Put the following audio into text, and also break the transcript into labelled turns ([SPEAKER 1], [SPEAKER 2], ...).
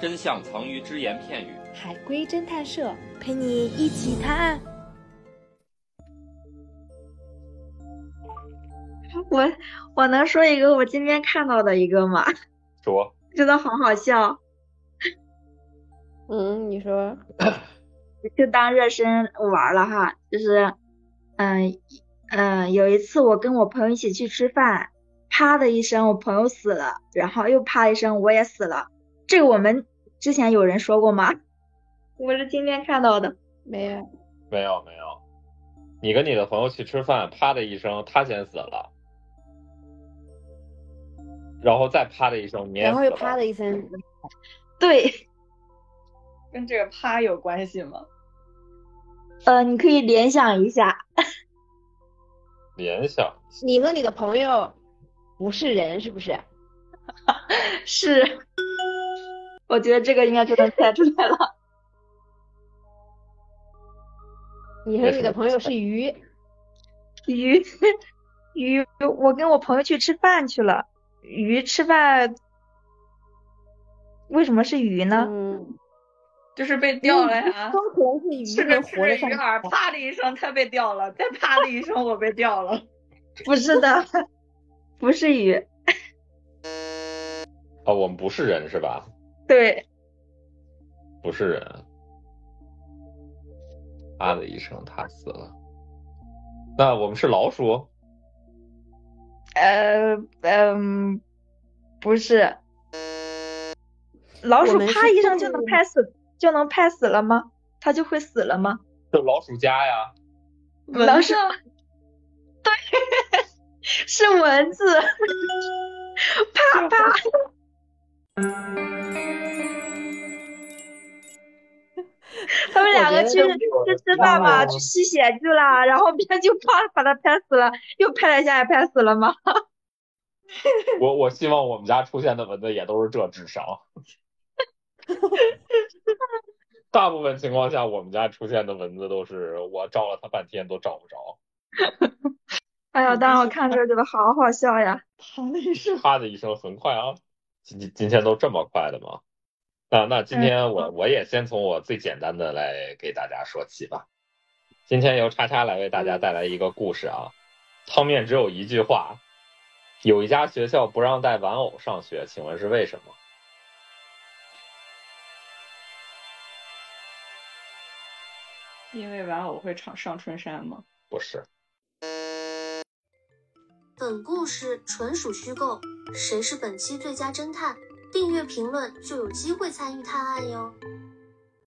[SPEAKER 1] 真相藏于只言片语。
[SPEAKER 2] 海龟侦探社陪你一起探案。
[SPEAKER 3] 我我能说一个我今天看到的一个吗？
[SPEAKER 1] 说，
[SPEAKER 3] 真的好好笑，
[SPEAKER 4] 嗯，你说，
[SPEAKER 3] 就当热身玩儿了哈。就是，嗯嗯，有一次我跟我朋友一起去吃饭，啪的一声，我朋友死了，然后又啪一声，我也死了。这个我们之前有人说过吗？我是今天看到的。
[SPEAKER 4] 没有，
[SPEAKER 1] 没有没有，你跟你的朋友去吃饭，啪的一声，他先死了，然后再啪的一声，你也
[SPEAKER 4] 然后
[SPEAKER 1] 死
[SPEAKER 4] 又
[SPEAKER 1] 了。
[SPEAKER 4] 啪的一声，
[SPEAKER 3] 对，
[SPEAKER 5] 跟这个啪有关系吗？
[SPEAKER 3] 呃，你可以联想一下，
[SPEAKER 1] 联想，
[SPEAKER 4] 你和你的朋友不是人，是不是？
[SPEAKER 3] 是，我觉得这个应该就能猜出来了。
[SPEAKER 4] 你和你的朋友是鱼，
[SPEAKER 3] 鱼鱼，我跟我朋友去吃饭去了。鱼吃饭，为什么是鱼呢？嗯
[SPEAKER 4] 嗯，
[SPEAKER 5] 就是被钓了呀，
[SPEAKER 4] 双头是鱼，
[SPEAKER 5] 吃着
[SPEAKER 4] 跟
[SPEAKER 5] 吃
[SPEAKER 4] 活
[SPEAKER 5] 着
[SPEAKER 4] 着像
[SPEAKER 5] 鱼啊饵，啪的一声，它被钓了，再啪的一声，我被钓了。
[SPEAKER 3] 不是的， 不是鱼。
[SPEAKER 1] 啊，我们不是人是吧？
[SPEAKER 3] 对，
[SPEAKER 1] 不是人，啪的一声，他死了。那我们是老鼠，
[SPEAKER 3] 呃，嗯、不是。老
[SPEAKER 4] 我
[SPEAKER 3] 鼠
[SPEAKER 4] 们
[SPEAKER 3] 啪
[SPEAKER 4] 是
[SPEAKER 3] 一声就
[SPEAKER 4] 动
[SPEAKER 3] 能
[SPEAKER 4] 物
[SPEAKER 3] 拍死，就能拍死了吗？它就会死了吗？
[SPEAKER 1] 就老鼠家呀。
[SPEAKER 3] 老
[SPEAKER 5] 蚊
[SPEAKER 3] 鼠
[SPEAKER 5] 子，啊
[SPEAKER 3] 是蚊子，啪啪。 他们两个去去
[SPEAKER 5] 哦
[SPEAKER 3] 吃饭嘛，去吸血去了，然后别人就啪把他拍死了，又拍了一下也拍死了吗？
[SPEAKER 1] 我我希望我们家出现的蚊子也都是这智商。大部分情况下，我们家出现的蚊子都是我找了它半天都找不着，
[SPEAKER 3] 哎呀，当时我看这个觉得好好笑呀。
[SPEAKER 5] 啪的一声，
[SPEAKER 1] 啪的一声，很快啊！今今今天都这么快的吗？那那今天我我也先从我最简单的来给大家说起吧。今天由叉叉来为大家带来一个故事啊。汤面只有一句话：有一家学校不让带玩偶上学，请问是为什么？
[SPEAKER 5] 因为玩偶会唱上春山吗？
[SPEAKER 1] 不是，
[SPEAKER 6] 本故事纯属虚构，谁是本期最佳侦探？订阅评论就有机会参与探案哟。